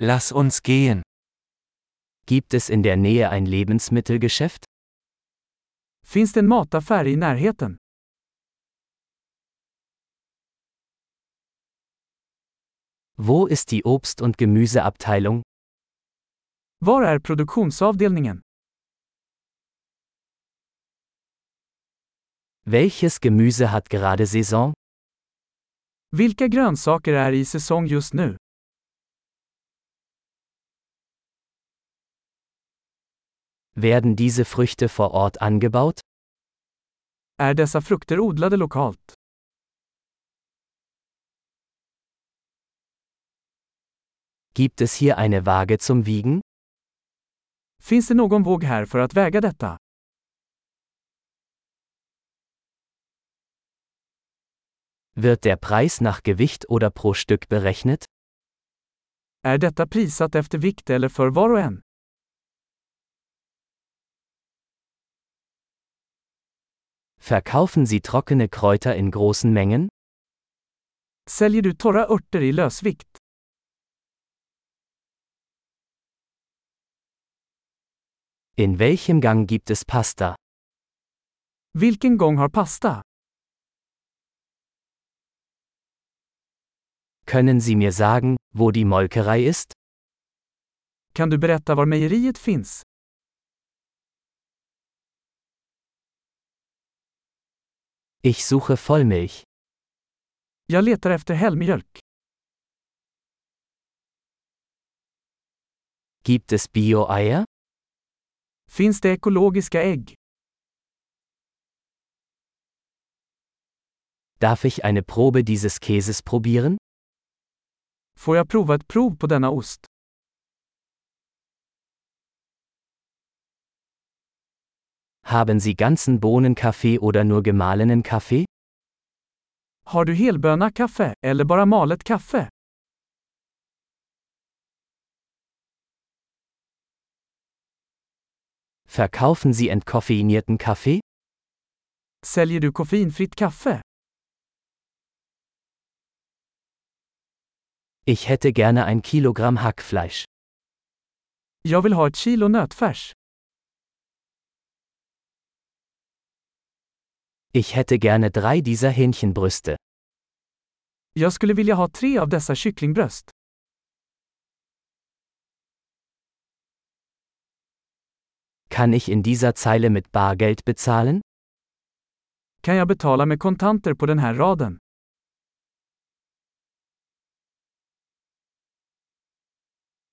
Lass uns gehen. Gibt es in der Nähe ein Lebensmittelgeschäft? Finns det en mataffär i närheten? Wo ist die Obst- und Gemüseabteilung? Var är produktionsavdelningen? Welches Gemüse hat gerade Saison? Vilka grönsaker är i säsong just nu? Werden diese Früchte vor Ort angebaut? Är dessa frukter odlade lokalt? Gibt es hier eine Waage zum Wiegen? Finns det någon våg här för att väga detta? Wird der Preis nach Gewicht oder pro Stück berechnet? Är detta prissatt efter vikt eller för var och en? Verkaufen Sie trockene Kräuter in großen Mengen? Säljer du torra örter i lösvikt? In welchem Gang gibt es Pasta? Vilken gång har pasta? Können Sie mir sagen, wo die Molkerei ist? Kan du berätta var mejeriet finns? Ich suche Vollmilch. Jag letar efter helmjölk. Gibt es Bio-Eier? Finns det ekologiska ägg? Darf ich eine Probe dieses Käses probieren? Får jag prova ett prov på denna ost? Haben Sie ganzen Bohnenkaffee oder nur gemahlenen Kaffee? Har du helböna kaffe, eller bara malet kaffe? Verkaufen Sie entkoffeinierten Kaffee? Säljer du koffeinfritt kaffe? Ich hätte gerne ein Kilogramm Hackfleisch. Jag vill ha ett kilo nötfärs. Ich hätte gerne drei dieser Hähnchenbrüste. Jag skulle vilja ha tre av dessa kycklingbröst. Kann ich in dieser Zeile mit Bargeld bezahlen? Kan jag betala med kontanter på den här raden?